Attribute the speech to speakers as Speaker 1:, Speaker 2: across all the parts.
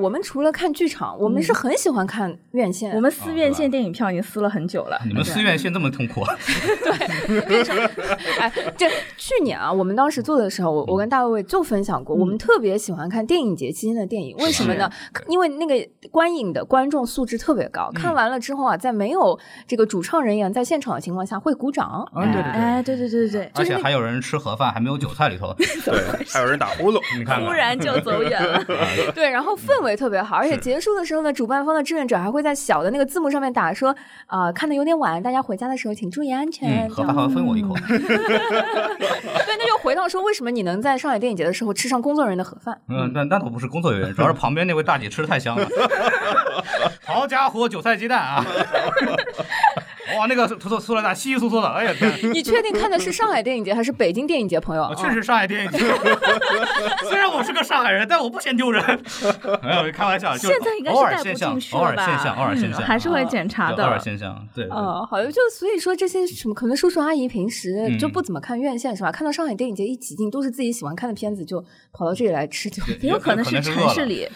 Speaker 1: 我们除了看剧场，我们是很喜欢看院线。
Speaker 2: 我们撕
Speaker 3: 哦
Speaker 2: 院
Speaker 3: 对吧
Speaker 2: 线电影票已经撕了很久了。
Speaker 3: 你们寺院线这么 痛苦啊？
Speaker 1: 哎，这去年啊，我们当时做的时候，我
Speaker 3: 嗯
Speaker 1: 我跟大卫就分享过，我们特别喜欢看电影节期间的电影，为什么呢？因为那个观影的观众素质特别高，
Speaker 3: 嗯
Speaker 1: 看完了之后啊，在没有这个主唱人员在现场的情况下会鼓掌。
Speaker 3: 嗯，对对对。
Speaker 2: 哎，对对对对
Speaker 3: 而且还有人吃盒饭，还没有韭菜 里头，
Speaker 4: 对，还有人打呼噜，
Speaker 2: 对，
Speaker 3: 你看
Speaker 2: 忽
Speaker 3: 看，
Speaker 2: 然就走远了。
Speaker 1: 对，然后
Speaker 3: 嗯
Speaker 1: 氛围特别好，而且结束的时候呢，主办方的志愿者还会在小的那个字幕上面打说，啊、看的有点晚，大家回家的时候请注意安全。
Speaker 3: 嗯，
Speaker 1: 这
Speaker 3: 盒
Speaker 1: 样
Speaker 3: 饭还分我一口，
Speaker 1: 对，那就回到说，为什么你能在上海电影节的时候吃上工作人员的盒饭？
Speaker 3: 嗯，那那倒不是工作人员，主要是旁边那位大姐吃的太香了。 好家伙，韭菜鸡蛋啊！ 哇，那个塑塑塑料袋稀稀疏疏的，哎呀天！
Speaker 1: 你确定看的是上海电影节还是北京电影节，朋友？
Speaker 3: 我啊确实上海电影节， 虽然我是个上海人，但我不嫌丢人。 没有，开玩笑， 就是
Speaker 2: 现在应该
Speaker 3: 偶尔
Speaker 2: 是带
Speaker 3: 现
Speaker 2: 不
Speaker 3: 象
Speaker 2: 进去
Speaker 3: 偶
Speaker 2: 了
Speaker 3: 尔
Speaker 2: 吧？
Speaker 3: 现象，偶尔现象，
Speaker 2: 嗯还是会检查
Speaker 3: 对偶尔
Speaker 2: 的。
Speaker 3: 现象，对，对
Speaker 1: 哦，好的，就所以说这些什么，可能叔叔阿姨平时就
Speaker 3: 嗯
Speaker 1: 不怎么看院线是吧？看到上海电影节一起劲，都是自己喜欢看的片子，就跑到这里来吃酒。
Speaker 2: 也有可能是城市里，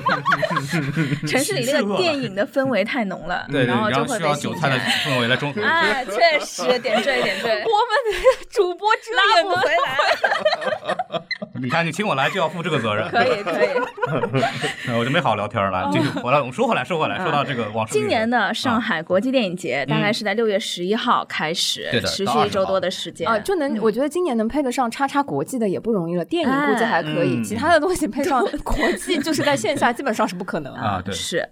Speaker 2: 城市里那个电影的氛围太浓了，
Speaker 3: 对，对
Speaker 2: 然后就会
Speaker 3: 然后需
Speaker 2: 被
Speaker 3: 要
Speaker 2: 吸
Speaker 3: 韭
Speaker 2: 引
Speaker 3: 菜的
Speaker 2: 来。
Speaker 3: 氛围来 中和。
Speaker 2: 哎，确实点缀点缀，
Speaker 1: 们的主播之
Speaker 2: 拉不回来。
Speaker 3: 你看，你请我来就要负这个责任，
Speaker 2: 可以可以。
Speaker 3: 我就没好好聊天儿了。继续回来，我们说回来，说回来，说到这个往事。
Speaker 2: 今年的上海国际电影节大概
Speaker 3: 嗯
Speaker 2: 是在六月十一号开始，
Speaker 3: 对的
Speaker 2: 持
Speaker 3: 到
Speaker 2: 续一
Speaker 3: 20
Speaker 2: 周
Speaker 3: 号
Speaker 2: 多的时间
Speaker 1: 啊，就能，我觉得今年能配得上叉叉国际的也不容易了。电影
Speaker 2: 啊
Speaker 1: 估计还可以，
Speaker 3: 哎
Speaker 2: 嗯
Speaker 1: 其他的东西配上国际，就是在线下基本上是不可能。
Speaker 3: 啊，对，
Speaker 2: 是。